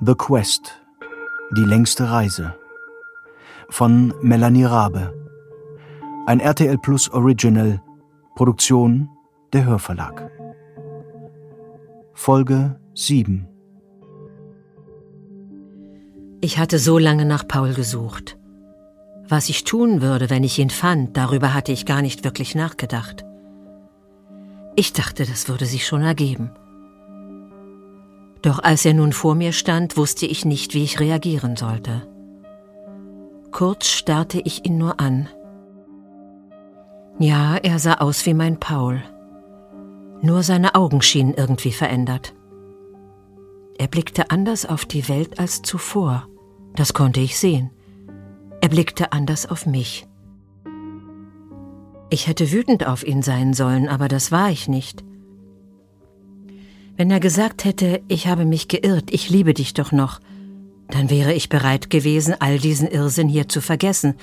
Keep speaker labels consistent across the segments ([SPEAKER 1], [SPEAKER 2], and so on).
[SPEAKER 1] The Quest. Die längste Reise. Von Melanie Rabe. Ein RTL Plus Original. Produktion der Hörverlag. Folge 7.
[SPEAKER 2] Ich hatte so lange nach Paul gesucht. Was ich tun würde, wenn ich ihn fand, darüber hatte ich gar nicht wirklich nachgedacht. Ich dachte, das würde sich schon ergeben. Doch als er nun vor mir stand, wusste ich nicht, wie ich reagieren sollte. Kurz starrte ich ihn nur an. Ja, er sah aus wie mein Paul. Nur seine Augen schienen irgendwie verändert. Er blickte anders auf die Welt als zuvor. Das konnte ich sehen. Er blickte anders auf mich. Ich hätte wütend auf ihn sein sollen, aber das war ich nicht. Wenn er gesagt hätte, ich habe mich geirrt, ich liebe dich doch noch, dann wäre ich bereit gewesen, all diesen Irrsinn hier zu vergessen,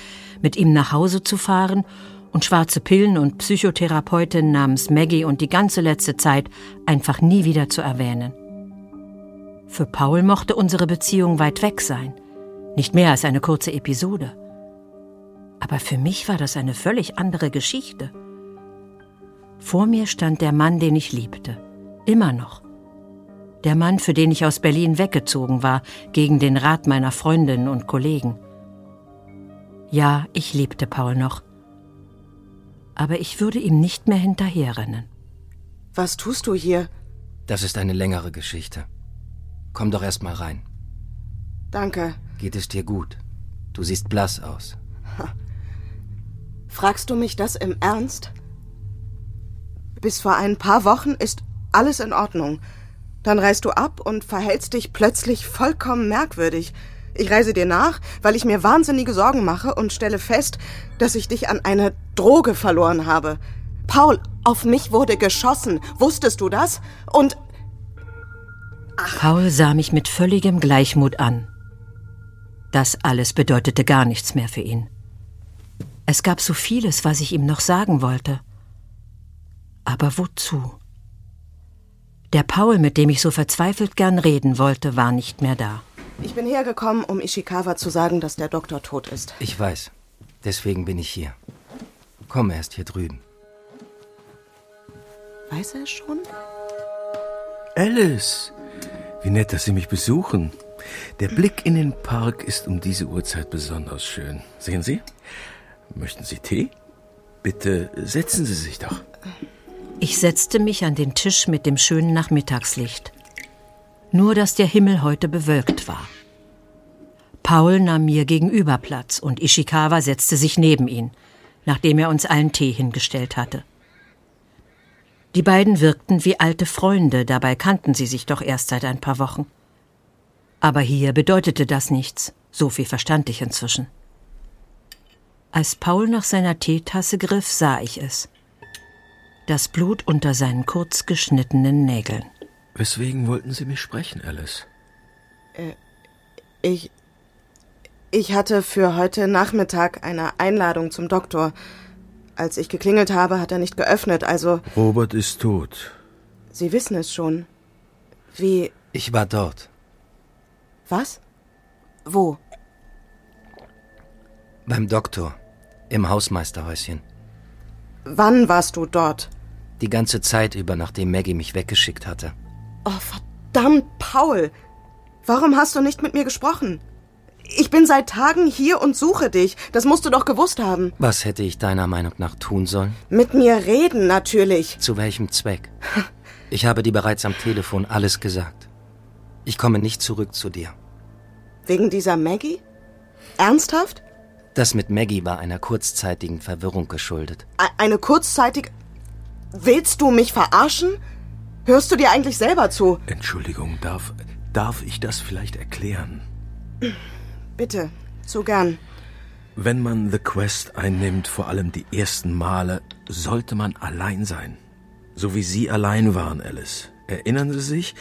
[SPEAKER 2] mit ihm nach Hause zu fahren und schwarze Pillen und Psychotherapeutin namens Maggie und die ganze letzte Zeit einfach nie wieder zu erwähnen. Für Paul mochte unsere Beziehung weit weg sein nicht mehr als eine kurze Episode. Aber für mich war das eine völlig andere Geschichte. Vor mir stand der Mann, den ich liebte, immer noch. Der Mann, für den ich aus Berlin weggezogen war, gegen den Rat meiner Freundinnen und Kollegen. Ja, ich liebte Paul noch. Aber ich würde ihm nicht mehr hinterherrennen.
[SPEAKER 3] Was tust du hier?
[SPEAKER 4] Das ist eine längere Geschichte. Komm doch erst mal rein.
[SPEAKER 3] Danke.
[SPEAKER 4] Geht es dir gut? Du siehst blass aus.
[SPEAKER 3] Ha. Fragst du mich das im Ernst? Bis vor ein paar Wochen ist alles in Ordnung. Dann reist du ab und verhältst dich plötzlich vollkommen merkwürdig. Ich reise dir nach, weil ich mir wahnsinnige Sorgen mache und stelle fest, dass ich dich an eine Droge verloren habe. Paul, auf mich wurde geschossen. Wusstest du das? Und...
[SPEAKER 2] Ach. Paul sah mich mit völligem Gleichmut an. Das alles bedeutete gar nichts mehr für ihn. Es gab so vieles, was ich ihm noch sagen wollte. Aber wozu? Der Paul, mit dem ich so verzweifelt gern reden wollte, war nicht mehr da.
[SPEAKER 3] Ich bin hergekommen, um Ishikawa zu sagen, dass der Doktor tot ist.
[SPEAKER 4] Ich weiß. Deswegen bin ich hier. Komm erst hier drüben.
[SPEAKER 3] Weiß er schon?
[SPEAKER 5] Alice! Wie nett, dass Sie mich besuchen. Der Blick in den Park ist um diese Uhrzeit besonders schön. Sehen Sie? Möchten Sie Tee? Bitte setzen Sie sich doch.
[SPEAKER 2] Ich setzte mich an den Tisch mit dem schönen Nachmittagslicht. Nur dass der Himmel heute bewölkt war. Paul nahm mir gegenüber Platz und Ishikawa setzte sich neben ihn, nachdem er uns allen Tee hingestellt hatte. Die beiden wirkten wie alte Freunde, dabei kannten sie sich doch erst seit ein paar Wochen. Aber hier bedeutete das nichts. So viel verstand ich inzwischen. Als Paul nach seiner Teetasse griff, sah ich es. Das Blut unter seinen kurz geschnittenen Nägeln.
[SPEAKER 5] Weswegen wollten Sie mich sprechen, Alice?
[SPEAKER 3] Äh, ich. Ich hatte für heute Nachmittag eine Einladung zum Doktor. Als ich geklingelt habe, hat er nicht geöffnet, also.
[SPEAKER 5] Robert ist tot.
[SPEAKER 3] Sie wissen es schon. Wie.
[SPEAKER 4] Ich war dort.
[SPEAKER 3] Was? Wo?
[SPEAKER 4] Beim Doktor. Im Hausmeisterhäuschen.
[SPEAKER 3] Wann warst du dort?
[SPEAKER 4] Die ganze Zeit über, nachdem Maggie mich weggeschickt hatte.
[SPEAKER 3] Oh, verdammt, Paul! Warum hast du nicht mit mir gesprochen? Ich bin seit Tagen hier und suche dich. Das musst du doch gewusst haben.
[SPEAKER 4] Was hätte ich deiner Meinung nach tun sollen?
[SPEAKER 3] Mit mir reden, natürlich.
[SPEAKER 4] Zu welchem Zweck? Ich habe dir bereits am Telefon alles gesagt. Ich komme nicht zurück zu dir.
[SPEAKER 3] Wegen dieser Maggie? Ernsthaft?
[SPEAKER 4] Das mit Maggie war einer kurzzeitigen Verwirrung geschuldet.
[SPEAKER 3] Eine kurzzeitige. Willst du mich verarschen? Hörst du dir eigentlich selber zu?
[SPEAKER 5] Entschuldigung, darf. Darf ich das vielleicht erklären?
[SPEAKER 3] Bitte, so gern.
[SPEAKER 5] Wenn man The Quest einnimmt, vor allem die ersten Male, sollte man allein sein. So wie Sie allein waren, Alice. Erinnern Sie sich?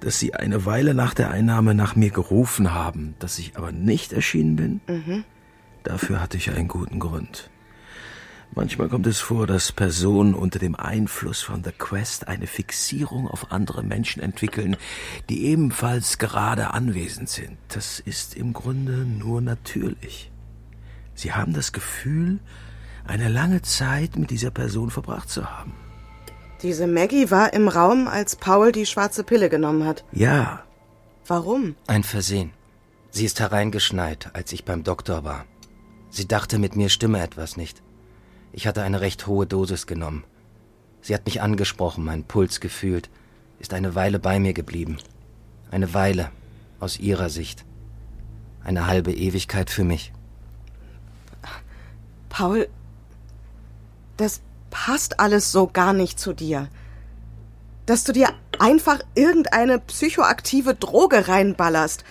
[SPEAKER 5] dass Sie eine Weile nach der Einnahme nach mir gerufen haben, dass ich aber nicht erschienen bin? Mhm. Dafür hatte ich einen guten Grund. Manchmal kommt es vor, dass Personen unter dem Einfluss von The Quest eine Fixierung auf andere Menschen entwickeln, die ebenfalls gerade anwesend sind. Das ist im Grunde nur natürlich. Sie haben das Gefühl, eine lange Zeit mit dieser Person verbracht zu haben.
[SPEAKER 3] Diese Maggie war im Raum, als Paul die schwarze Pille genommen hat.
[SPEAKER 5] Ja,
[SPEAKER 3] Warum?
[SPEAKER 4] Ein Versehen. Sie ist hereingeschneit, als ich beim Doktor war. Sie dachte, mit mir stimme etwas nicht. Ich hatte eine recht hohe Dosis genommen. Sie hat mich angesprochen, meinen Puls gefühlt, ist eine Weile bei mir geblieben. Eine Weile, aus ihrer Sicht. Eine halbe Ewigkeit für mich.
[SPEAKER 3] Paul, das passt alles so gar nicht zu dir. Dass du dir einfach irgendeine psychoaktive Droge reinballerst.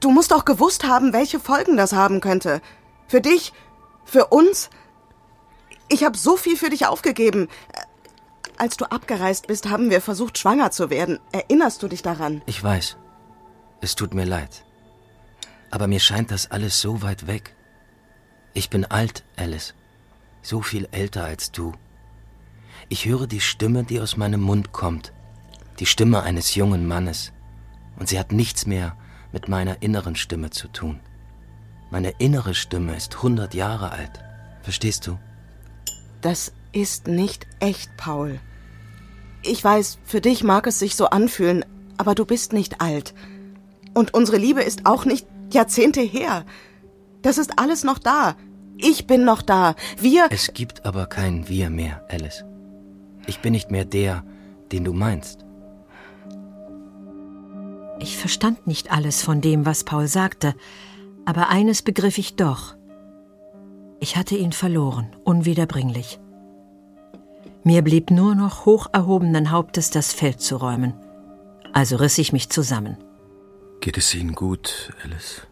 [SPEAKER 3] Du musst doch gewusst haben, welche Folgen das haben könnte. Für dich, für uns. Ich habe so viel für dich aufgegeben. Äh, Als du abgereist bist, haben wir versucht, schwanger zu werden. Erinnerst du dich daran?
[SPEAKER 4] Ich weiß. Es tut mir leid. Aber mir scheint das alles so weit weg. Ich bin alt, Alice. So viel älter als du. Ich höre die Stimme, die aus meinem Mund kommt. Die Stimme eines jungen Mannes. Und sie hat nichts mehr mit meiner inneren Stimme zu tun. Meine innere Stimme ist hundert Jahre alt. Verstehst du?
[SPEAKER 3] Das ist nicht echt, Paul. Ich weiß, für dich mag es sich so anfühlen, aber du bist nicht alt. Und unsere Liebe ist auch nicht Jahrzehnte her. Das ist alles noch da. Ich bin noch da. Wir.
[SPEAKER 4] Es gibt aber kein Wir mehr, Alice. Ich bin nicht mehr der, den du meinst.
[SPEAKER 2] Ich verstand nicht alles von dem, was Paul sagte, aber eines begriff ich doch. Ich hatte ihn verloren, unwiederbringlich. Mir blieb nur noch hoch erhobenen Hauptes das Feld zu räumen. Also riss ich mich zusammen.
[SPEAKER 5] geht es Ihnen gut, Alice?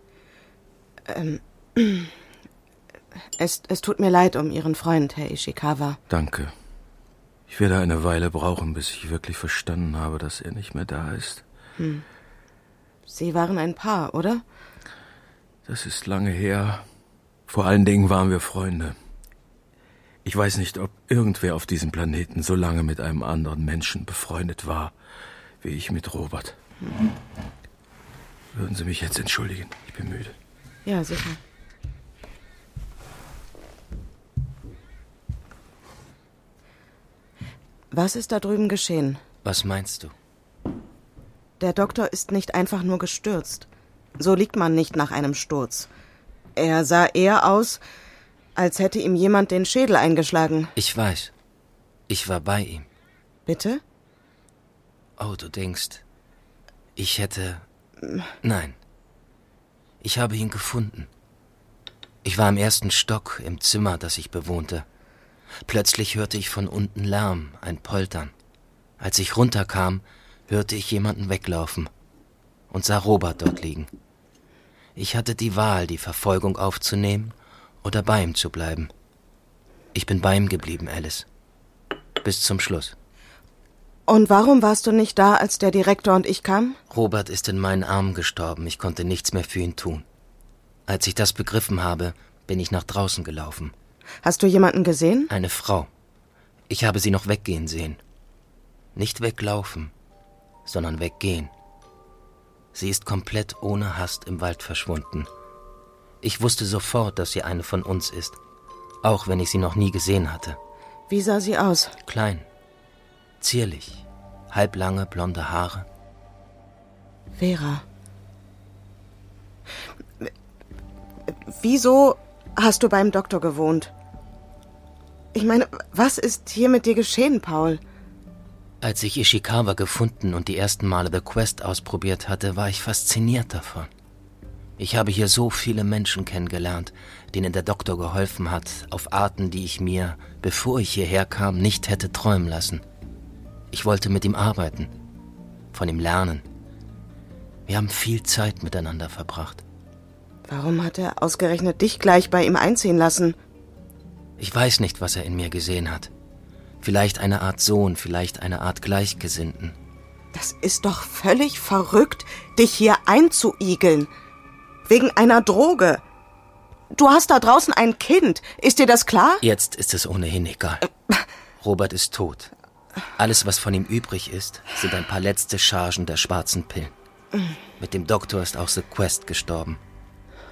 [SPEAKER 3] Es, es tut mir leid um Ihren Freund, Herr Ishikawa.
[SPEAKER 5] Danke. Ich werde eine Weile brauchen, bis ich wirklich verstanden habe, dass er nicht mehr da ist.
[SPEAKER 3] Sie waren ein Paar, oder?
[SPEAKER 5] Das ist lange her. Vor allen Dingen waren wir Freunde. Ich weiß nicht, ob irgendwer auf diesem Planeten so lange mit einem anderen Menschen befreundet war, wie ich mit Robert. Würden Sie mich jetzt entschuldigen? Ich bin müde.
[SPEAKER 3] Ja, sicher. Was ist da drüben geschehen?
[SPEAKER 4] Was meinst du?
[SPEAKER 3] Der Doktor ist nicht einfach nur gestürzt. So liegt man nicht nach einem Sturz. Er sah eher aus, als hätte ihm jemand den Schädel eingeschlagen.
[SPEAKER 4] Ich weiß. Ich war bei ihm.
[SPEAKER 3] Bitte?
[SPEAKER 4] Oh, du denkst, ich hätte. Nein. Ich habe ihn gefunden. Ich war im ersten Stock im Zimmer, das ich bewohnte. Plötzlich hörte ich von unten Lärm, ein Poltern. Als ich runterkam, hörte ich jemanden weglaufen und sah Robert dort liegen. Ich hatte die Wahl, die Verfolgung aufzunehmen oder bei ihm zu bleiben. Ich bin bei ihm geblieben, Alice. Bis zum Schluss.
[SPEAKER 3] Und warum warst du nicht da, als der Direktor und ich kamen?
[SPEAKER 4] Robert ist in meinen Armen gestorben, ich konnte nichts mehr für ihn tun. Als ich das begriffen habe, bin ich nach draußen gelaufen.
[SPEAKER 3] Hast du jemanden gesehen?
[SPEAKER 4] Eine Frau. Ich habe sie noch weggehen sehen. Nicht weglaufen, sondern weggehen. Sie ist komplett ohne Hast im Wald verschwunden. Ich wusste sofort, dass sie eine von uns ist, auch wenn ich sie noch nie gesehen hatte.
[SPEAKER 3] Wie sah sie aus?
[SPEAKER 4] Klein, zierlich, halblange blonde Haare,
[SPEAKER 3] Vera. Wieso hast du beim Doktor gewohnt? Ich meine, was ist hier mit dir geschehen, Paul?
[SPEAKER 4] Als ich Ishikawa gefunden und die ersten Male The Quest ausprobiert hatte, war ich fasziniert davon. Ich habe hier so viele Menschen kennengelernt, denen der Doktor geholfen hat, auf Arten, die ich mir, bevor ich hierher kam, nicht hätte träumen lassen. Ich wollte mit ihm arbeiten, von ihm lernen. Wir haben viel Zeit miteinander verbracht.
[SPEAKER 3] Warum hat er ausgerechnet dich gleich bei ihm einziehen lassen?
[SPEAKER 4] Ich weiß nicht, was er in mir gesehen hat. Vielleicht eine Art Sohn, vielleicht eine Art Gleichgesinnten.
[SPEAKER 3] Das ist doch völlig verrückt, dich hier einzuigeln. Wegen einer Droge. Du hast da draußen ein Kind. Ist dir das klar?
[SPEAKER 4] Jetzt ist es ohnehin egal. Robert ist tot. Alles, was von ihm übrig ist, sind ein paar letzte Chargen der schwarzen Pillen. Mit dem Doktor ist auch The Quest gestorben.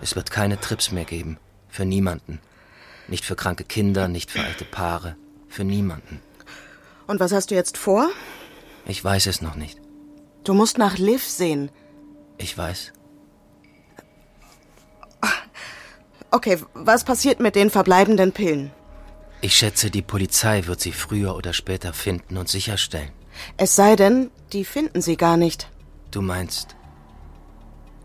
[SPEAKER 4] Es wird keine Trips mehr geben. Für niemanden. Nicht für kranke Kinder, nicht für alte Paare. Für niemanden.
[SPEAKER 3] Und was hast du jetzt vor?
[SPEAKER 4] Ich weiß es noch nicht.
[SPEAKER 3] Du musst nach Liv sehen.
[SPEAKER 4] Ich weiß.
[SPEAKER 3] Okay, was passiert mit den verbleibenden Pillen?
[SPEAKER 4] Ich schätze, die Polizei wird sie früher oder später finden und sicherstellen.
[SPEAKER 3] Es sei denn, die finden sie gar nicht.
[SPEAKER 4] Du meinst.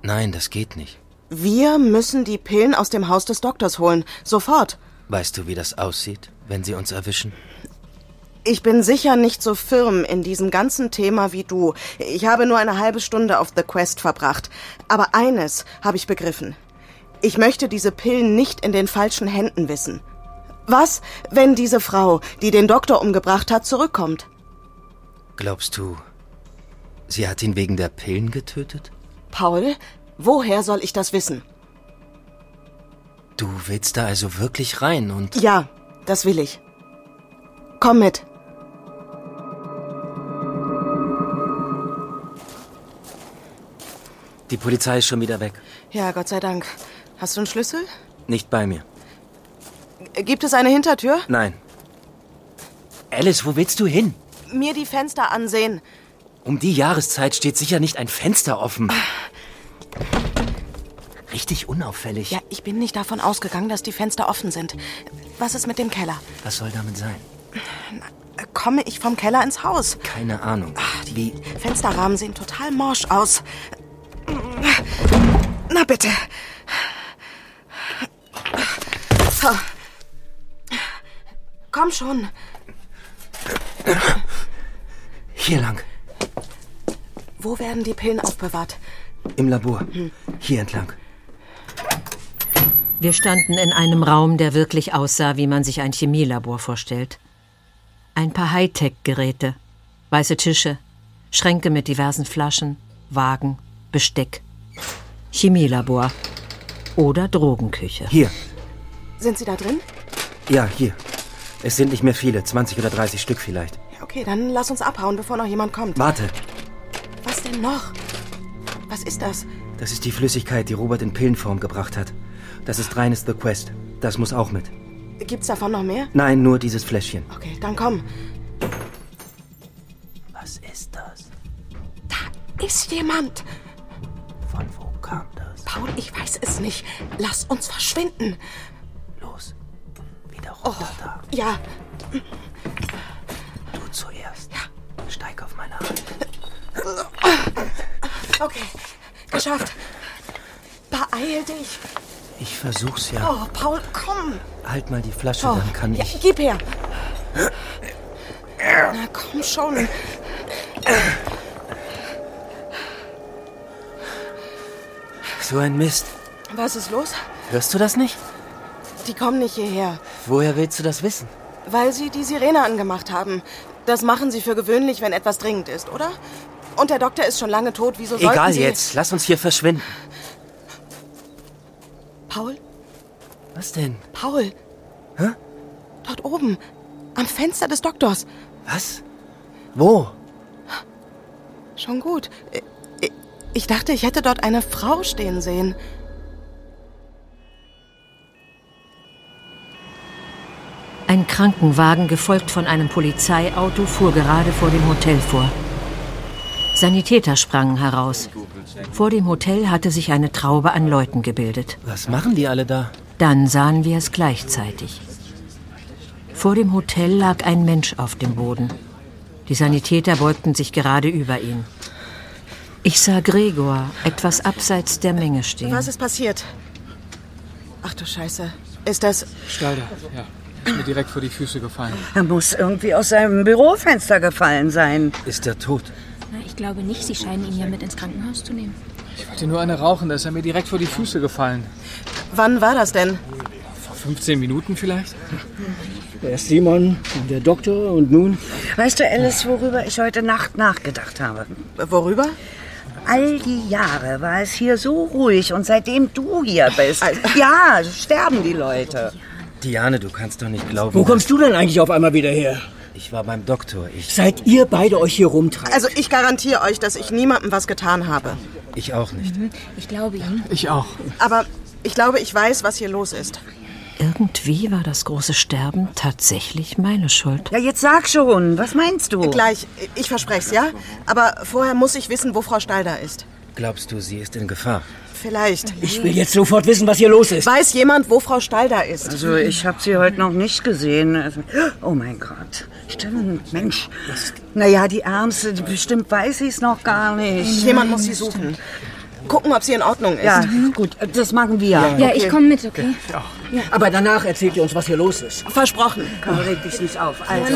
[SPEAKER 4] Nein, das geht nicht.
[SPEAKER 3] Wir müssen die Pillen aus dem Haus des Doktors holen. Sofort.
[SPEAKER 4] Weißt du, wie das aussieht, wenn sie uns erwischen?
[SPEAKER 3] Ich bin sicher nicht so firm in diesem ganzen Thema wie du. Ich habe nur eine halbe Stunde auf The Quest verbracht. Aber eines habe ich begriffen. Ich möchte diese Pillen nicht in den falschen Händen wissen. Was, wenn diese Frau, die den Doktor umgebracht hat, zurückkommt?
[SPEAKER 4] Glaubst du, sie hat ihn wegen der Pillen getötet?
[SPEAKER 3] Paul, woher soll ich das wissen?
[SPEAKER 4] Du willst da also wirklich rein und.
[SPEAKER 3] Ja, das will ich. Komm mit.
[SPEAKER 4] Die Polizei ist schon wieder weg.
[SPEAKER 3] Ja, Gott sei Dank. Hast du einen Schlüssel?
[SPEAKER 4] Nicht bei mir.
[SPEAKER 3] Gibt es eine Hintertür?
[SPEAKER 4] Nein. Alice, wo willst du hin?
[SPEAKER 3] Mir die Fenster ansehen.
[SPEAKER 4] Um die Jahreszeit steht sicher nicht ein Fenster offen. Richtig unauffällig.
[SPEAKER 3] Ja, ich bin nicht davon ausgegangen, dass die Fenster offen sind. Was ist mit dem Keller?
[SPEAKER 4] Was soll damit sein?
[SPEAKER 3] Komme ich vom Keller ins Haus?
[SPEAKER 4] Keine Ahnung. Wie?
[SPEAKER 3] Fensterrahmen sehen total morsch aus. Na bitte. So. Komm schon.
[SPEAKER 4] Hier lang.
[SPEAKER 3] Wo werden die Pillen aufbewahrt?
[SPEAKER 4] Im Labor. Hier entlang.
[SPEAKER 2] Wir standen in einem Raum, der wirklich aussah, wie man sich ein Chemielabor vorstellt. Ein paar Hightech-Geräte, weiße Tische, Schränke mit diversen Flaschen, Wagen, Besteck. Chemielabor oder Drogenküche.
[SPEAKER 4] Hier.
[SPEAKER 3] Sind sie da drin?
[SPEAKER 4] Ja, hier. Es sind nicht mehr viele. 20 oder 30 Stück vielleicht.
[SPEAKER 3] Ja, Okay, dann lass uns abhauen, bevor noch jemand kommt.
[SPEAKER 4] Warte.
[SPEAKER 3] Was denn noch? Was ist das?
[SPEAKER 4] Das ist die Flüssigkeit, die Robert in Pillenform gebracht hat. Das ist reines The Quest. Das muss auch mit.
[SPEAKER 3] Gibt's davon noch mehr?
[SPEAKER 4] Nein, nur dieses Fläschchen.
[SPEAKER 3] Okay, dann komm.
[SPEAKER 4] Was ist das?
[SPEAKER 3] Ist jemand?
[SPEAKER 4] Von wo kam das?
[SPEAKER 3] Paul, ich weiß es nicht. Lass uns verschwinden.
[SPEAKER 4] Los. Wieder
[SPEAKER 3] Oh, ja. Oh.
[SPEAKER 4] Du zuerst. Ja. Steig auf meine Hand.
[SPEAKER 3] Okay, geschafft. Beeil dich.
[SPEAKER 4] Ich versuch's ja.
[SPEAKER 3] Oh, Paul, komm.
[SPEAKER 4] Halt mal die Flasche,
[SPEAKER 3] Oh,
[SPEAKER 4] dann kann
[SPEAKER 3] ja,
[SPEAKER 4] ich.
[SPEAKER 3] Gib her. Na, komm schon.
[SPEAKER 4] So ein Mist.
[SPEAKER 3] Was ist los?
[SPEAKER 4] Hörst du das nicht?
[SPEAKER 3] Die kommen nicht hierher,
[SPEAKER 4] Woher willst du das wissen?
[SPEAKER 3] weil sie die Sirene angemacht haben. Das machen sie für gewöhnlich, wenn etwas dringend ist, oder? Und der Doktor ist schon lange tot. Wieso sollten
[SPEAKER 4] Egal
[SPEAKER 3] sie...
[SPEAKER 4] jetzt, lass uns hier verschwinden.
[SPEAKER 3] Paul,
[SPEAKER 4] Was denn?
[SPEAKER 3] Paul. Hä? Dort oben, am Fenster des Doktors.
[SPEAKER 4] Was? Wo?
[SPEAKER 3] Schon gut. I- i- Ich dachte, ich hätte dort eine Frau stehen sehen.
[SPEAKER 2] Ein Krankenwagen, gefolgt von einem Polizeiauto, fuhr gerade vor dem Hotel vor. Sanitäter sprangen heraus. Vor dem Hotel hatte sich eine Traube an Leuten gebildet.
[SPEAKER 4] Was machen die alle da?
[SPEAKER 2] Dann sahen wir es gleichzeitig. Vor dem Hotel lag ein Mensch auf dem Boden. Die Sanitäter beugten sich gerade über ihn. Ich sah Gregor etwas abseits der Menge stehen.
[SPEAKER 3] Was ist passiert? Ach du Scheiße. Ist das...
[SPEAKER 6] Steiler, ja. Ist mir direkt vor die Füße gefallen.
[SPEAKER 7] Er muss irgendwie aus seinem Bürofenster gefallen sein.
[SPEAKER 4] Ist der tot?
[SPEAKER 8] Na, ich glaube nicht, sie scheinen ihn ja mit ins Krankenhaus zu nehmen.
[SPEAKER 6] Ich wollte nur eine rauchen, da ist er mir direkt vor die Füße gefallen.
[SPEAKER 3] Wann war das denn?
[SPEAKER 6] Vor 15 Minuten vielleicht?
[SPEAKER 9] Erst Simon, dann der Doktor und nun
[SPEAKER 7] Weißt du, Alice, worüber ich heute Nacht nachgedacht habe?
[SPEAKER 3] Worüber?
[SPEAKER 7] All die Jahre war es hier so ruhig und seitdem du hier bist, ja, sterben die Leute.
[SPEAKER 4] Diane, du kannst doch nicht glauben.
[SPEAKER 9] Wo kommst du denn eigentlich auf einmal wieder her?
[SPEAKER 4] Ich war beim Doktor. Ich,
[SPEAKER 9] Seid ihr beide euch hier rumtreibt?
[SPEAKER 3] Also ich garantiere euch, dass ich niemandem was getan habe.
[SPEAKER 4] ich auch nicht.
[SPEAKER 8] Ich glaube ihm.
[SPEAKER 6] Ich auch.
[SPEAKER 3] Aber ich glaube, ich weiß, was hier los ist.
[SPEAKER 2] Irgendwie war das große Sterben tatsächlich meine Schuld.
[SPEAKER 7] Ja, jetzt sag schon, was meinst du?
[SPEAKER 3] Gleich, ich verspreche es, ja? Aber vorher muss ich wissen, wo Frau Stalder ist.
[SPEAKER 4] Glaubst du, sie ist in Gefahr?
[SPEAKER 3] Vielleicht.
[SPEAKER 9] Ich will jetzt sofort wissen, was hier los ist.
[SPEAKER 3] Weiß jemand, wo Frau Stalder ist?
[SPEAKER 7] Also ich habe sie heute noch nicht gesehen. Also- Oh mein Gott. Stimmt, Mensch. Naja, die Ärmste, die bestimmt weiß ich es noch gar nicht.
[SPEAKER 3] Jemand muss sie suchen. Gucken, ob sie in Ordnung ist.
[SPEAKER 7] Ja, gut, das machen wir.
[SPEAKER 8] Ja, ich komme mit, okay?
[SPEAKER 9] Aber danach erzählt ihr uns, was hier los ist.
[SPEAKER 3] Versprochen.
[SPEAKER 7] Komm, reg dich nicht auf. Also,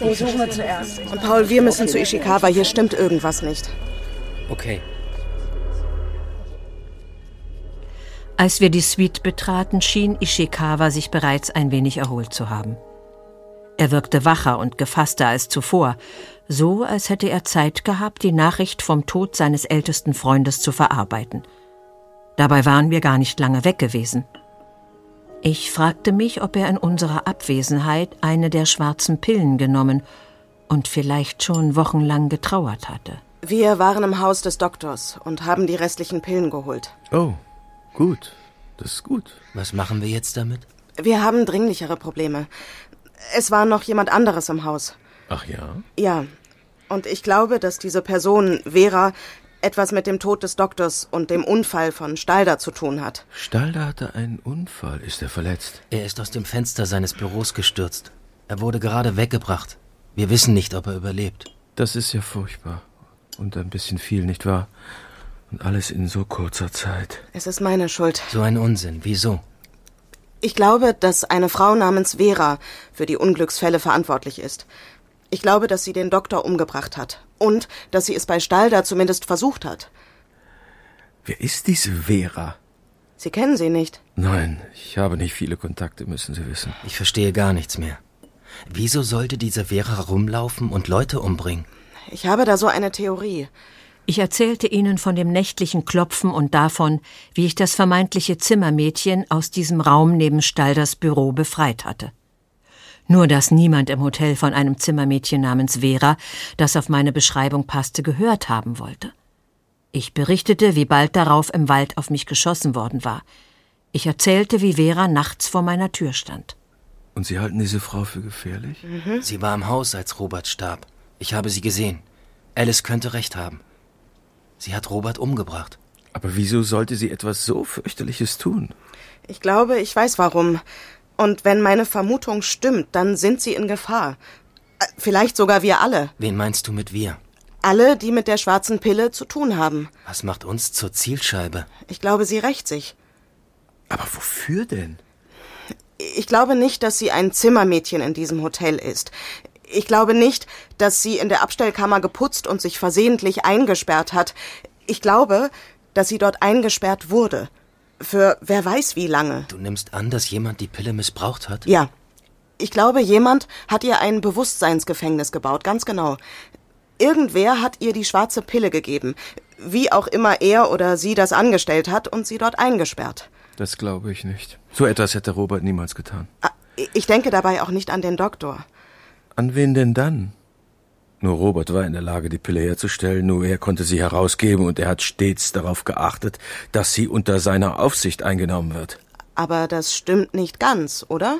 [SPEAKER 7] wo suchen wir zuerst?
[SPEAKER 3] Und Paul, wir müssen zu Ishikawa. Hier stimmt irgendwas nicht.
[SPEAKER 4] Okay.
[SPEAKER 2] Als wir die Suite betraten, schien Ishikawa sich bereits ein wenig erholt zu haben. Er wirkte wacher und gefasster als zuvor, so als hätte er Zeit gehabt, die Nachricht vom Tod seines ältesten Freundes zu verarbeiten. Dabei waren wir gar nicht lange weg gewesen. Ich fragte mich, ob er in unserer Abwesenheit eine der schwarzen Pillen genommen und vielleicht schon wochenlang getrauert hatte.
[SPEAKER 3] Wir waren im Haus des Doktors und haben die restlichen Pillen geholt.
[SPEAKER 5] Oh, gut. Das ist gut.
[SPEAKER 4] Was machen wir jetzt damit?
[SPEAKER 3] Wir haben dringlichere Probleme. Es war noch jemand anderes im Haus.
[SPEAKER 5] Ach ja?
[SPEAKER 3] Ja. Und ich glaube, dass diese Person, Vera, etwas mit dem Tod des Doktors und dem Unfall von Stalder zu tun hat.
[SPEAKER 5] Stalder hatte einen Unfall. Ist er verletzt?
[SPEAKER 4] Er ist aus dem Fenster seines Büros gestürzt. Er wurde gerade weggebracht. Wir wissen nicht, ob er überlebt.
[SPEAKER 5] Das ist ja furchtbar. Und ein bisschen viel, nicht wahr? Und alles in so kurzer Zeit.
[SPEAKER 3] Es ist meine Schuld.
[SPEAKER 4] So ein Unsinn. Wieso?
[SPEAKER 3] Ich glaube, dass eine Frau namens Vera für die Unglücksfälle verantwortlich ist. Ich glaube, dass sie den Doktor umgebracht hat. Und dass sie es bei Stalder zumindest versucht hat.
[SPEAKER 5] Wer ist diese Vera?
[SPEAKER 3] Sie kennen sie nicht.
[SPEAKER 5] Nein, ich habe nicht viele Kontakte, müssen Sie wissen.
[SPEAKER 4] Ich verstehe gar nichts mehr. Wieso sollte diese Vera rumlaufen und Leute umbringen?
[SPEAKER 3] Ich habe da so eine Theorie.
[SPEAKER 2] Ich erzählte ihnen von dem nächtlichen Klopfen und davon, wie ich das vermeintliche Zimmermädchen aus diesem Raum neben Stalders Büro befreit hatte. Nur dass niemand im Hotel von einem Zimmermädchen namens Vera, das auf meine Beschreibung passte, gehört haben wollte. Ich berichtete, wie bald darauf im Wald auf mich geschossen worden war. Ich erzählte, wie Vera nachts vor meiner Tür stand.
[SPEAKER 5] Und Sie halten diese Frau für gefährlich?
[SPEAKER 4] Sie war im Haus, als Robert starb. Ich habe sie gesehen. Alice könnte recht haben. Sie hat Robert umgebracht.
[SPEAKER 5] Aber wieso sollte sie etwas so fürchterliches tun?
[SPEAKER 3] Ich glaube, ich weiß warum. Und wenn meine Vermutung stimmt, dann sind sie in Gefahr. Äh, Vielleicht sogar wir alle.
[SPEAKER 4] Wen meinst du mit wir?
[SPEAKER 3] Alle, die mit der schwarzen Pille zu tun haben.
[SPEAKER 4] Was macht uns zur Zielscheibe?
[SPEAKER 3] Ich glaube, sie rächt sich.
[SPEAKER 5] Aber wofür denn?
[SPEAKER 3] Ich glaube nicht, dass sie ein Zimmermädchen in diesem Hotel ist. Ich glaube nicht, dass sie in der Abstellkammer geputzt und sich versehentlich eingesperrt hat. Ich glaube, dass sie dort eingesperrt wurde. Für wer weiß wie lange.
[SPEAKER 4] Du nimmst an, dass jemand die Pille missbraucht hat?
[SPEAKER 3] Ja. Ich glaube, jemand hat ihr ein Bewusstseinsgefängnis gebaut, ganz genau. Irgendwer hat ihr die schwarze Pille gegeben, wie auch immer er oder sie das angestellt hat und sie dort eingesperrt.
[SPEAKER 5] Das glaube ich nicht. So etwas hätte Robert niemals getan.
[SPEAKER 3] Ah, Ich denke dabei auch nicht an den Doktor.
[SPEAKER 5] An wen denn dann? Nur Robert war in der Lage, die Pille herzustellen, nur er konnte sie herausgeben und er hat stets darauf geachtet, dass sie unter seiner Aufsicht eingenommen wird.
[SPEAKER 3] Aber das stimmt nicht ganz, oder?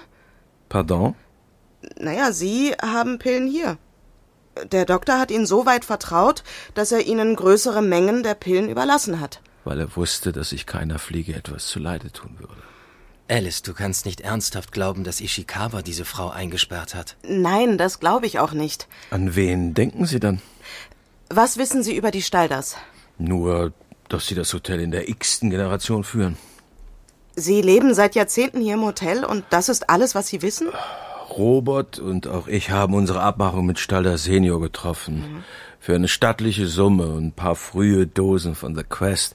[SPEAKER 5] Pardon?
[SPEAKER 3] Naja, Sie haben Pillen hier. Der Doktor hat Ihnen so weit vertraut, dass er Ihnen größere Mengen der Pillen überlassen hat.
[SPEAKER 5] Weil er wusste, dass ich keiner Fliege etwas zuleide tun würde.
[SPEAKER 4] Alice, du kannst nicht ernsthaft glauben, dass Ishikawa diese Frau eingesperrt hat.
[SPEAKER 3] Nein, das glaube ich auch nicht.
[SPEAKER 5] An wen denken Sie dann?
[SPEAKER 3] Was wissen Sie über die Stalders?
[SPEAKER 5] Nur, dass Sie das Hotel in der x-ten Generation führen.
[SPEAKER 3] Sie leben seit Jahrzehnten hier im Hotel und das ist alles, was Sie wissen?
[SPEAKER 5] Robert und auch ich haben unsere Abmachung mit Stalder Senior getroffen. Für eine stattliche Summe und ein paar frühe Dosen von The Quest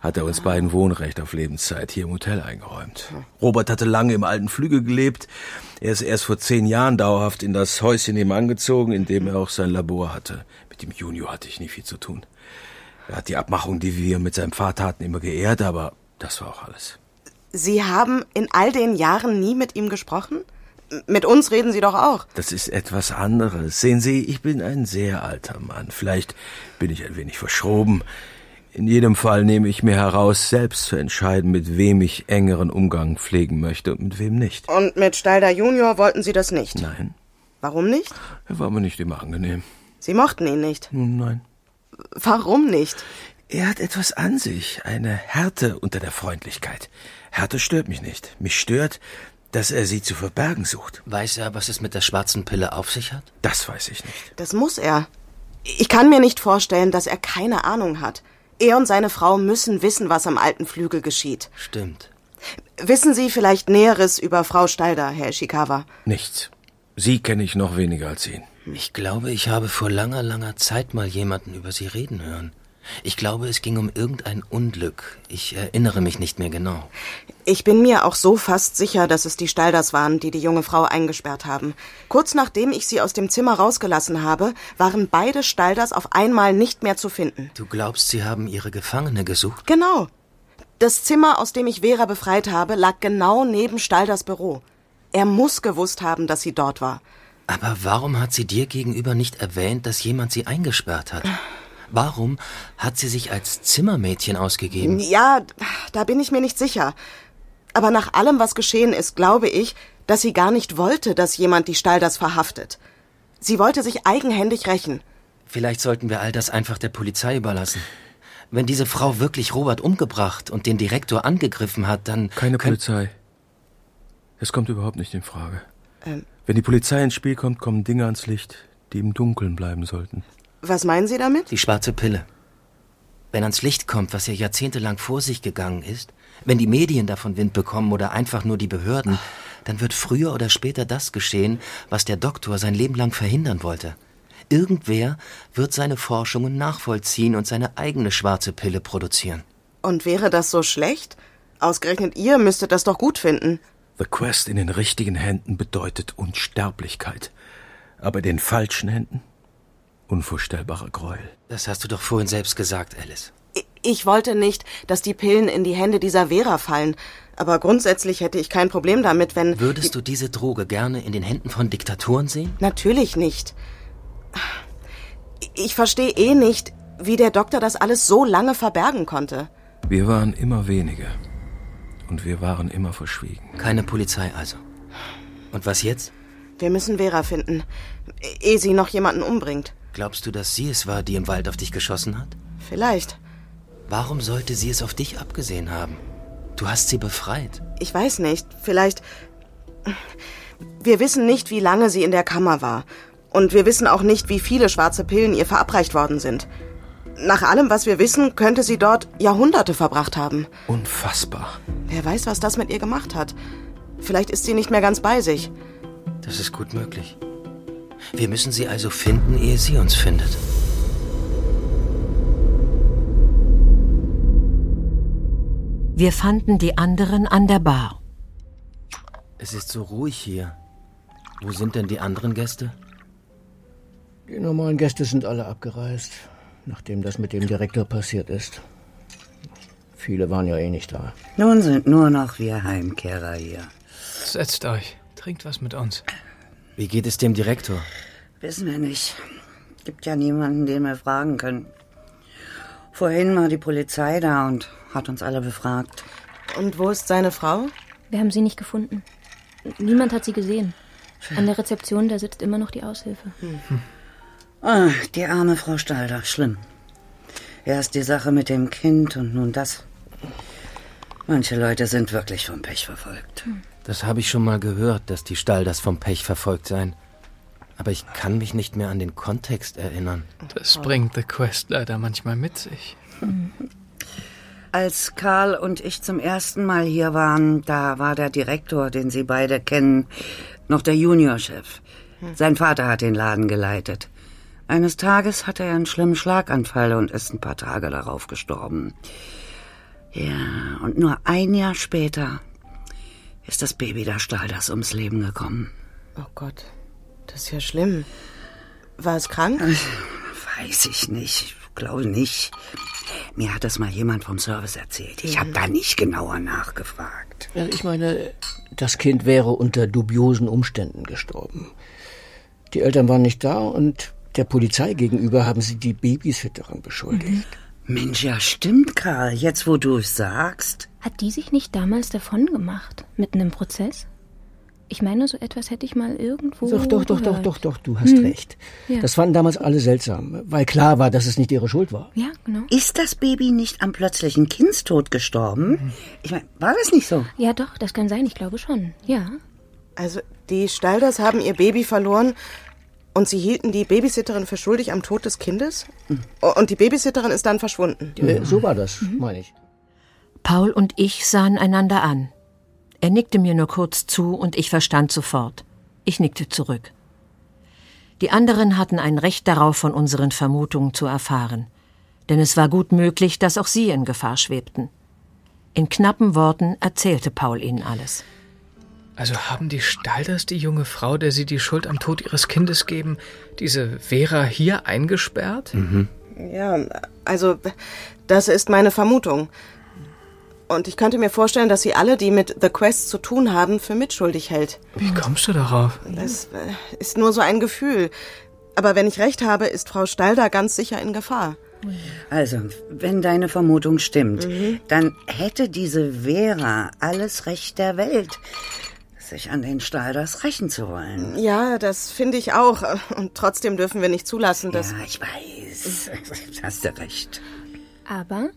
[SPEAKER 5] hat er uns beiden Wohnrecht auf Lebenszeit hier im Hotel eingeräumt. Robert hatte lange im alten Flügel gelebt. Er ist erst vor zehn Jahren dauerhaft in das Häuschen nebenan gezogen, in dem er auch sein Labor hatte. Mit dem Junior hatte ich nie viel zu tun. Er hat die Abmachung, die wir mit seinem Vater hatten, immer geehrt, aber das war auch alles.
[SPEAKER 3] Sie haben in all den Jahren nie mit ihm gesprochen? M- Mit uns reden Sie doch auch.
[SPEAKER 5] Das ist etwas anderes. Sehen Sie, ich bin ein sehr alter Mann. Vielleicht bin ich ein wenig verschroben. In jedem Fall nehme ich mir heraus, selbst zu entscheiden, mit wem ich engeren Umgang pflegen möchte und mit wem nicht.
[SPEAKER 3] Und mit Stalder Junior wollten Sie das nicht.
[SPEAKER 5] Nein,
[SPEAKER 3] Warum nicht?
[SPEAKER 5] er war mir nicht immer angenehm.
[SPEAKER 3] Sie mochten ihn nicht.
[SPEAKER 5] Nein.
[SPEAKER 3] Warum nicht?
[SPEAKER 5] Er hat etwas an sich, eine Härte unter der Freundlichkeit. Härte stört mich nicht. Mich stört, dass er sie zu verbergen sucht.
[SPEAKER 4] Weiß er, was es mit der schwarzen Pille auf sich hat?
[SPEAKER 5] Das weiß ich nicht.
[SPEAKER 3] Das muss er. Ich kann mir nicht vorstellen, dass er keine Ahnung hat. Er und seine Frau müssen wissen, was am alten Flügel geschieht.
[SPEAKER 4] Stimmt.
[SPEAKER 3] Wissen Sie vielleicht Näheres über Frau Stalder, Herr Ishikawa?
[SPEAKER 5] Nichts. Sie kenne ich noch weniger als ihn.
[SPEAKER 4] Ich glaube, ich habe vor langer, langer Zeit mal jemanden über sie reden hören. Ich glaube, es ging um irgendein Unglück. Ich erinnere mich nicht mehr genau.
[SPEAKER 3] Ich bin mir auch so fast sicher, dass es die Stalders waren, die die junge Frau eingesperrt haben. Kurz nachdem ich sie aus dem Zimmer rausgelassen habe, waren beide Stalders auf einmal nicht mehr zu finden.
[SPEAKER 4] Du glaubst, sie haben ihre Gefangene gesucht?
[SPEAKER 3] Genau. Das Zimmer, aus dem ich Vera befreit habe, lag genau neben Stalders Büro. Er muss gewusst haben, dass sie dort war.
[SPEAKER 4] Aber warum hat sie dir gegenüber nicht erwähnt, dass jemand sie eingesperrt hat? Warum hat sie sich als Zimmermädchen ausgegeben?
[SPEAKER 3] Ja, da bin ich mir nicht sicher. Aber nach allem, was geschehen ist, glaube ich, dass sie gar nicht wollte, dass jemand die Stalders verhaftet. Sie wollte sich eigenhändig rächen.
[SPEAKER 4] Vielleicht sollten wir all das einfach der Polizei überlassen. Wenn diese Frau wirklich Robert umgebracht und den Direktor angegriffen hat, dann
[SPEAKER 5] Keine
[SPEAKER 4] könnt-
[SPEAKER 5] Polizei. Es kommt überhaupt nicht in Frage.
[SPEAKER 9] Ähm.
[SPEAKER 5] Wenn die Polizei ins Spiel kommt, kommen Dinge ans Licht, die im Dunkeln bleiben sollten.
[SPEAKER 3] Was meinen Sie damit?
[SPEAKER 4] Die schwarze Pille. Wenn ans Licht kommt, was ja jahrzehntelang vor sich gegangen ist, wenn die Medien davon Wind bekommen oder einfach nur die Behörden, dann wird früher oder später das geschehen, was der Doktor sein Leben lang verhindern wollte. Irgendwer wird seine Forschungen nachvollziehen und seine eigene schwarze Pille produzieren.
[SPEAKER 3] Und wäre das so schlecht? Ausgerechnet ihr müsstet das doch gut finden.
[SPEAKER 5] The Quest in den richtigen Händen bedeutet Unsterblichkeit. Aber in den falschen Händen? Unvorstellbarer Gräuel.
[SPEAKER 4] Das hast du doch vorhin selbst gesagt, Alice.
[SPEAKER 3] I- Ich wollte nicht, dass die Pillen in die Hände dieser Vera fallen. Aber grundsätzlich hätte ich kein Problem damit, wenn.
[SPEAKER 4] Würdest du diese Droge gerne in den Händen von Diktatoren sehen?
[SPEAKER 3] Natürlich nicht. Ich verstehe eh nicht, wie der Doktor das alles so lange verbergen konnte.
[SPEAKER 5] Wir waren immer weniger. Und wir waren immer verschwiegen.
[SPEAKER 4] Keine Polizei also. Und was jetzt?
[SPEAKER 3] Wir müssen Vera finden, e, ehe sie noch jemanden umbringt.
[SPEAKER 4] Glaubst du, dass sie es war, die im Wald auf dich geschossen hat?
[SPEAKER 3] Vielleicht.
[SPEAKER 4] Warum sollte sie es auf dich abgesehen haben? Du hast sie befreit.
[SPEAKER 3] Ich weiß nicht. Vielleicht. Wir wissen nicht, wie lange sie in der Kammer war. Und wir wissen auch nicht, wie viele schwarze Pillen ihr verabreicht worden sind. Nach allem, was wir wissen, könnte sie dort Jahrhunderte verbracht haben.
[SPEAKER 5] Unfassbar.
[SPEAKER 3] Wer weiß, was das mit ihr gemacht hat. Vielleicht ist sie nicht mehr ganz bei sich.
[SPEAKER 4] Das ist gut möglich. Wir müssen sie also finden, ehe sie uns findet.
[SPEAKER 2] Wir fanden die anderen an der Bar.
[SPEAKER 4] Es ist so ruhig hier. Wo sind denn die anderen Gäste?
[SPEAKER 9] Die normalen Gäste sind alle abgereist, nachdem das mit dem Direktor passiert ist. Viele waren ja eh nicht da.
[SPEAKER 7] Nun sind nur noch wir Heimkehrer hier.
[SPEAKER 6] Setzt euch. Trinkt was mit uns.
[SPEAKER 4] Wie geht es dem Direktor?
[SPEAKER 7] Wissen wir nicht. Gibt ja niemanden, den wir fragen können. Vorhin war die Polizei da und hat uns alle befragt.
[SPEAKER 3] Und wo ist seine Frau?
[SPEAKER 8] Wir haben sie nicht gefunden. Niemand hat sie gesehen. An der Rezeption, da sitzt immer noch die Aushilfe.
[SPEAKER 7] Ah, die arme Frau Stalder, schlimm. Erst die Sache mit dem Kind und nun das. Manche Leute sind wirklich vom Pech verfolgt.
[SPEAKER 4] Das habe ich schon mal gehört, dass die Stalders vom Pech verfolgt seien. Aber ich kann mich nicht mehr an den Kontext erinnern.
[SPEAKER 6] Das bringt The Quest leider manchmal mit sich.
[SPEAKER 7] Als Karl und ich zum ersten Mal hier waren, da war der Direktor, den Sie beide kennen, noch der Juniorchef. Sein Vater hat den Laden geleitet. Eines Tages hatte er einen schlimmen Schlaganfall und ist ein paar Tage darauf gestorben. Ja, und nur ein Jahr später ist das Baby der Stalders ums Leben gekommen.
[SPEAKER 3] Oh Gott, das ist ja schlimm. War es krank?
[SPEAKER 7] Weiß ich nicht. Glaube nicht. Mir hat das mal jemand vom Service erzählt. Ich habe da nicht genauer nachgefragt.
[SPEAKER 9] Ja, ich meine, das Kind wäre unter dubiosen Umständen gestorben. Die Eltern waren nicht da und der Polizei gegenüber haben sie die Babysitterin beschuldigt.
[SPEAKER 7] Mensch, ja stimmt, Karl. Jetzt, wo du es sagst.
[SPEAKER 8] Hat die sich nicht damals davon gemacht? Mitten im Prozess? Ich meine, so etwas hätte ich mal irgendwo.
[SPEAKER 9] Doch, doch, doch, doch,
[SPEAKER 8] gehört. Hm.
[SPEAKER 9] doch, doch, du hast recht.
[SPEAKER 8] Ja.
[SPEAKER 9] Das fanden damals alle seltsam, weil klar war, dass es nicht ihre Schuld war.
[SPEAKER 8] Ja, genau.
[SPEAKER 7] Ist das Baby nicht am plötzlichen Kindstod gestorben? Ich meine, war das nicht so?
[SPEAKER 8] Ja, doch, das kann sein, ich glaube schon. Ja.
[SPEAKER 3] Also, die Stalders haben ihr Baby verloren und sie hielten die Babysitterin für schuldig am Tod des Kindes? Und die Babysitterin ist dann verschwunden.
[SPEAKER 9] Äh, so war das,
[SPEAKER 7] Mhm.
[SPEAKER 9] meine ich.
[SPEAKER 2] Paul und ich sahen einander an. Er nickte mir nur kurz zu und ich verstand sofort. Ich nickte zurück. Die anderen hatten ein Recht darauf, von unseren Vermutungen zu erfahren. Denn es war gut möglich, dass auch sie in Gefahr schwebten. In knappen Worten erzählte Paul ihnen alles.
[SPEAKER 6] Also haben die Stalders die junge Frau, der sie die Schuld am Tod ihres Kindes geben, diese Vera hier eingesperrt?
[SPEAKER 3] Ja, also, das ist meine Vermutung. Und ich könnte mir vorstellen, dass sie alle, die mit The Quest zu tun haben, für mitschuldig hält.
[SPEAKER 6] Wie kommst du darauf?
[SPEAKER 3] Das äh, ist nur so ein Gefühl. Aber wenn ich recht habe, ist Frau Stalder ganz sicher in Gefahr.
[SPEAKER 7] Also, wenn deine Vermutung stimmt,
[SPEAKER 9] Mhm.
[SPEAKER 7] dann hätte diese Vera alles Recht der Welt, sich an den Stalders rächen zu wollen.
[SPEAKER 3] Ja, das finde ich auch. Und trotzdem dürfen wir nicht zulassen, dass...
[SPEAKER 7] ja, ich weiß. Hast du recht.
[SPEAKER 8] Aber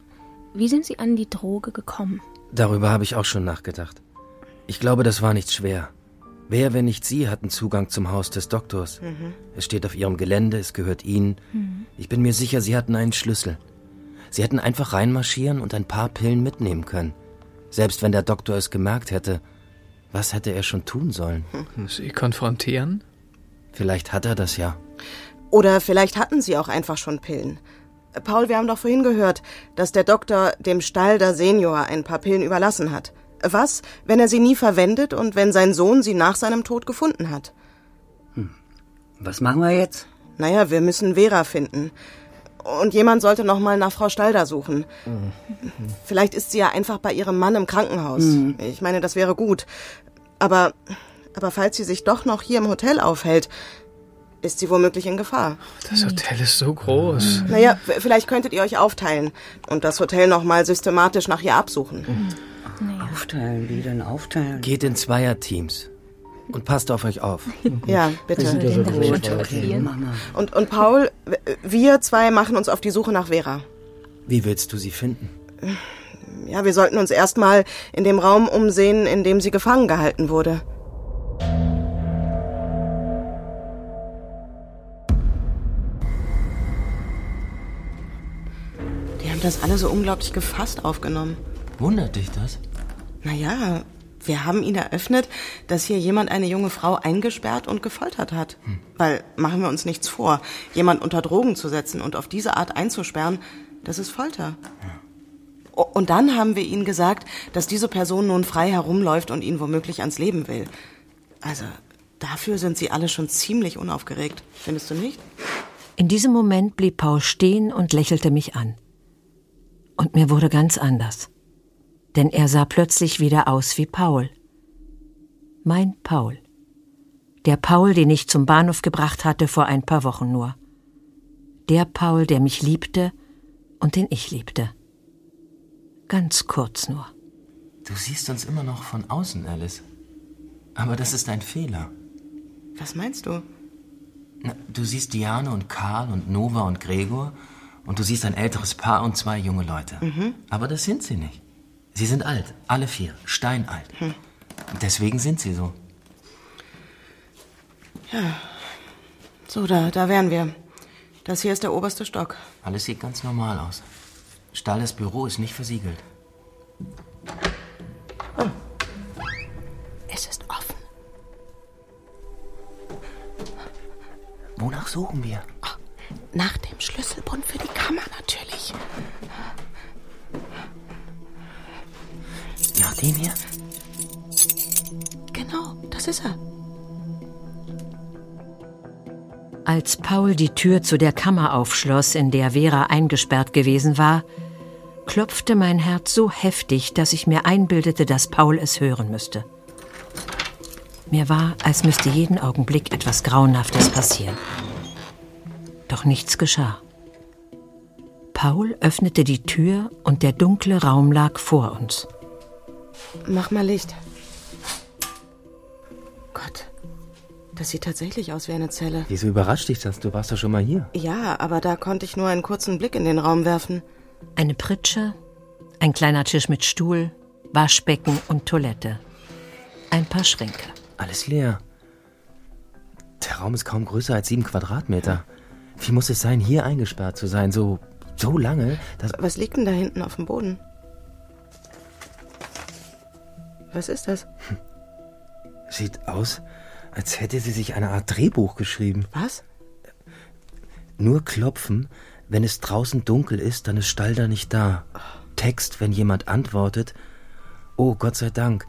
[SPEAKER 8] wie sind sie an die Droge gekommen?
[SPEAKER 4] Darüber habe ich auch schon nachgedacht. Ich glaube, das war nicht schwer. Wer, wenn nicht Sie, hatten Zugang zum Haus des Doktors? Es steht auf Ihrem Gelände, es gehört Ihnen. Ich bin mir sicher, Sie hatten einen Schlüssel. Sie hätten einfach reinmarschieren und ein paar Pillen mitnehmen können. Selbst wenn der Doktor es gemerkt hätte, was hätte er schon tun sollen?
[SPEAKER 6] Sie konfrontieren?
[SPEAKER 4] Vielleicht hat er das ja.
[SPEAKER 3] Oder vielleicht hatten sie auch einfach schon Pillen. Äh, Paul, wir haben doch vorhin gehört, dass der Doktor dem Stalder Senior ein paar Pillen überlassen hat. Äh, Was, wenn er sie nie verwendet und wenn sein Sohn sie nach seinem Tod gefunden hat?
[SPEAKER 7] Was machen wir jetzt?
[SPEAKER 3] Naja, wir müssen Vera finden. Und jemand sollte noch mal nach Frau Stalder suchen. Vielleicht ist sie ja einfach bei ihrem Mann im Krankenhaus. Ich meine, das wäre gut. Aber, aber falls sie sich doch noch hier im Hotel aufhält, ist sie womöglich in Gefahr.
[SPEAKER 6] Das Hotel ist so groß.
[SPEAKER 3] Naja, w- vielleicht könntet ihr euch aufteilen und das Hotel nochmal systematisch nach ihr absuchen.
[SPEAKER 7] Aufteilen, wie denn aufteilen?
[SPEAKER 4] Geht in Zweierteams. Und passt auf euch auf.
[SPEAKER 3] Ja, bitte.
[SPEAKER 8] Den darf ich
[SPEAKER 7] Okay,
[SPEAKER 8] fotografieren.
[SPEAKER 7] Mama.
[SPEAKER 3] Und, und Paul, w- wir zwei machen uns auf die Suche nach Vera.
[SPEAKER 4] Wie willst du sie finden?
[SPEAKER 3] Ja, wir sollten uns erstmal in dem Raum umsehen, in dem sie gefangen gehalten wurde. Die haben das alle so unglaublich gefasst aufgenommen.
[SPEAKER 4] Wundert dich das?
[SPEAKER 3] Naja, wir haben ihn eröffnet, dass hier jemand eine junge Frau eingesperrt und gefoltert hat. Weil, machen wir uns nichts vor, jemand unter Drogen zu setzen und auf diese Art einzusperren, das ist Folter. O- Und dann haben wir ihnen gesagt, dass diese Person nun frei herumläuft und ihn womöglich ans Leben will. Also, dafür sind sie alle schon ziemlich unaufgeregt. Findest du nicht?
[SPEAKER 2] In diesem Moment blieb Paul stehen und lächelte mich an. Und mir wurde ganz anders. Denn er sah plötzlich wieder aus wie Paul. Mein Paul. Der Paul, den ich zum Bahnhof gebracht hatte vor ein paar Wochen nur. Der Paul, der mich liebte und den ich liebte. Ganz kurz nur.
[SPEAKER 4] Du siehst uns immer noch von außen, Alice. Aber das ist ein Fehler.
[SPEAKER 3] Was meinst du?
[SPEAKER 4] Na, du siehst Diane und Karl und Nova und Gregor und du siehst ein älteres Paar und zwei junge Leute. Aber das sind sie nicht. Sie sind alt, alle vier, steinalt. Und Deswegen sind sie so.
[SPEAKER 3] So, da, da wären wir. Das hier ist der oberste Stock.
[SPEAKER 4] Alles sieht ganz normal aus. Stahles Büro ist nicht versiegelt.
[SPEAKER 3] Es ist offen.
[SPEAKER 4] Wonach suchen wir?
[SPEAKER 3] Nach dem Schlüsselbund für die Kammer natürlich.
[SPEAKER 4] Nach dem hier?
[SPEAKER 3] Genau, das ist er.
[SPEAKER 2] Als Paul die Tür zu der Kammer aufschloss, in der Vera eingesperrt gewesen war, klopfte mein Herz so heftig, dass ich mir einbildete, dass Paul es hören müsste. Mir war, als müsste jeden Augenblick etwas Grauenhaftes passieren. Doch nichts geschah. Paul öffnete die Tür und der dunkle Raum lag vor uns.
[SPEAKER 3] Mach mal Licht. Gott, das sieht tatsächlich aus wie eine Zelle.
[SPEAKER 4] Wieso überrascht dich das? Du warst doch schon mal hier.
[SPEAKER 3] Ja, aber da konnte ich nur einen kurzen Blick in den Raum werfen.
[SPEAKER 2] Eine Pritsche, ein kleiner Tisch mit Stuhl, Waschbecken und Toilette. Ein paar Schränke.
[SPEAKER 4] Alles leer. Der Raum ist kaum größer als sieben Quadratmeter. Wie muss es sein, hier eingesperrt zu sein? So, so lange, dass.
[SPEAKER 3] Was liegt denn da hinten auf dem Boden? Was ist das?
[SPEAKER 4] Sieht aus, als hätte sie sich eine Art Drehbuch geschrieben.
[SPEAKER 3] Was?
[SPEAKER 4] Nur klopfen, wenn es draußen dunkel ist, dann ist Stalder nicht da. Text, wenn jemand antwortet. Oh, Gott sei Dank.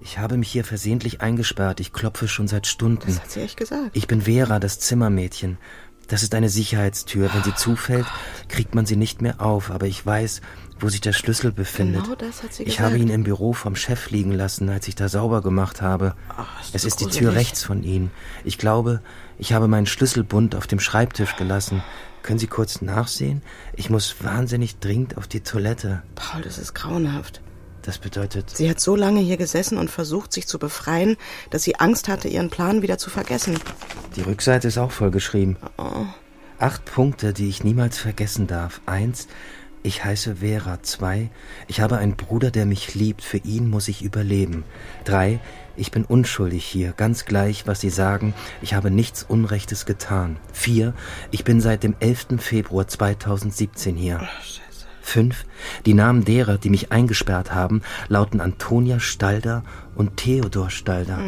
[SPEAKER 4] Ich habe mich hier versehentlich eingesperrt. Ich klopfe schon seit Stunden.
[SPEAKER 3] Das hat sie echt gesagt.
[SPEAKER 4] Ich bin Vera, das Zimmermädchen. Das ist eine Sicherheitstür. Wenn
[SPEAKER 3] Oh
[SPEAKER 4] sie zufällt, kriegt man sie nicht mehr auf. Aber ich weiß, wo sich der Schlüssel befindet.
[SPEAKER 3] Genau das hat sie
[SPEAKER 4] ich
[SPEAKER 3] gesagt.
[SPEAKER 4] habe ihn im Büro vom Chef liegen lassen, als ich da sauber gemacht habe.
[SPEAKER 3] ist
[SPEAKER 4] es
[SPEAKER 3] das
[SPEAKER 4] ist die
[SPEAKER 3] gruselig.
[SPEAKER 4] Tür rechts von Ihnen. Ich glaube, ich habe meinen Schlüsselbund auf dem Schreibtisch gelassen. Können Sie kurz nachsehen? Ich muss wahnsinnig dringend auf die Toilette.
[SPEAKER 3] Paul, das ist grauenhaft.
[SPEAKER 4] Das bedeutet,
[SPEAKER 3] Sie hat so lange hier gesessen und versucht, sich zu befreien, dass sie Angst hatte, ihren Plan wieder zu vergessen.
[SPEAKER 4] die Rückseite ist auch vollgeschrieben. Acht Punkte, die ich niemals vergessen darf. Eins, ich heiße Vera. Zwei, ich habe einen Bruder, der mich liebt. Für ihn muss ich überleben. Drei, ich bin unschuldig hier. Ganz gleich, was Sie sagen, ich habe nichts Unrechtes getan. Vier, ich bin seit dem 11. Februar 2017 hier. Fünf, die Namen derer, die mich eingesperrt haben, lauten Antonia Stalder und Theodor Stalder.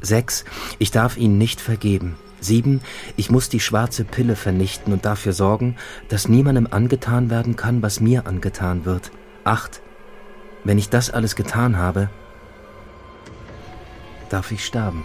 [SPEAKER 4] Sechs, ich darf ihnen nicht vergeben. Sieben, ich muss die schwarze Pille vernichten und dafür sorgen, dass niemandem angetan werden kann, was mir angetan wird. Acht, wenn ich das alles getan habe, darf ich sterben.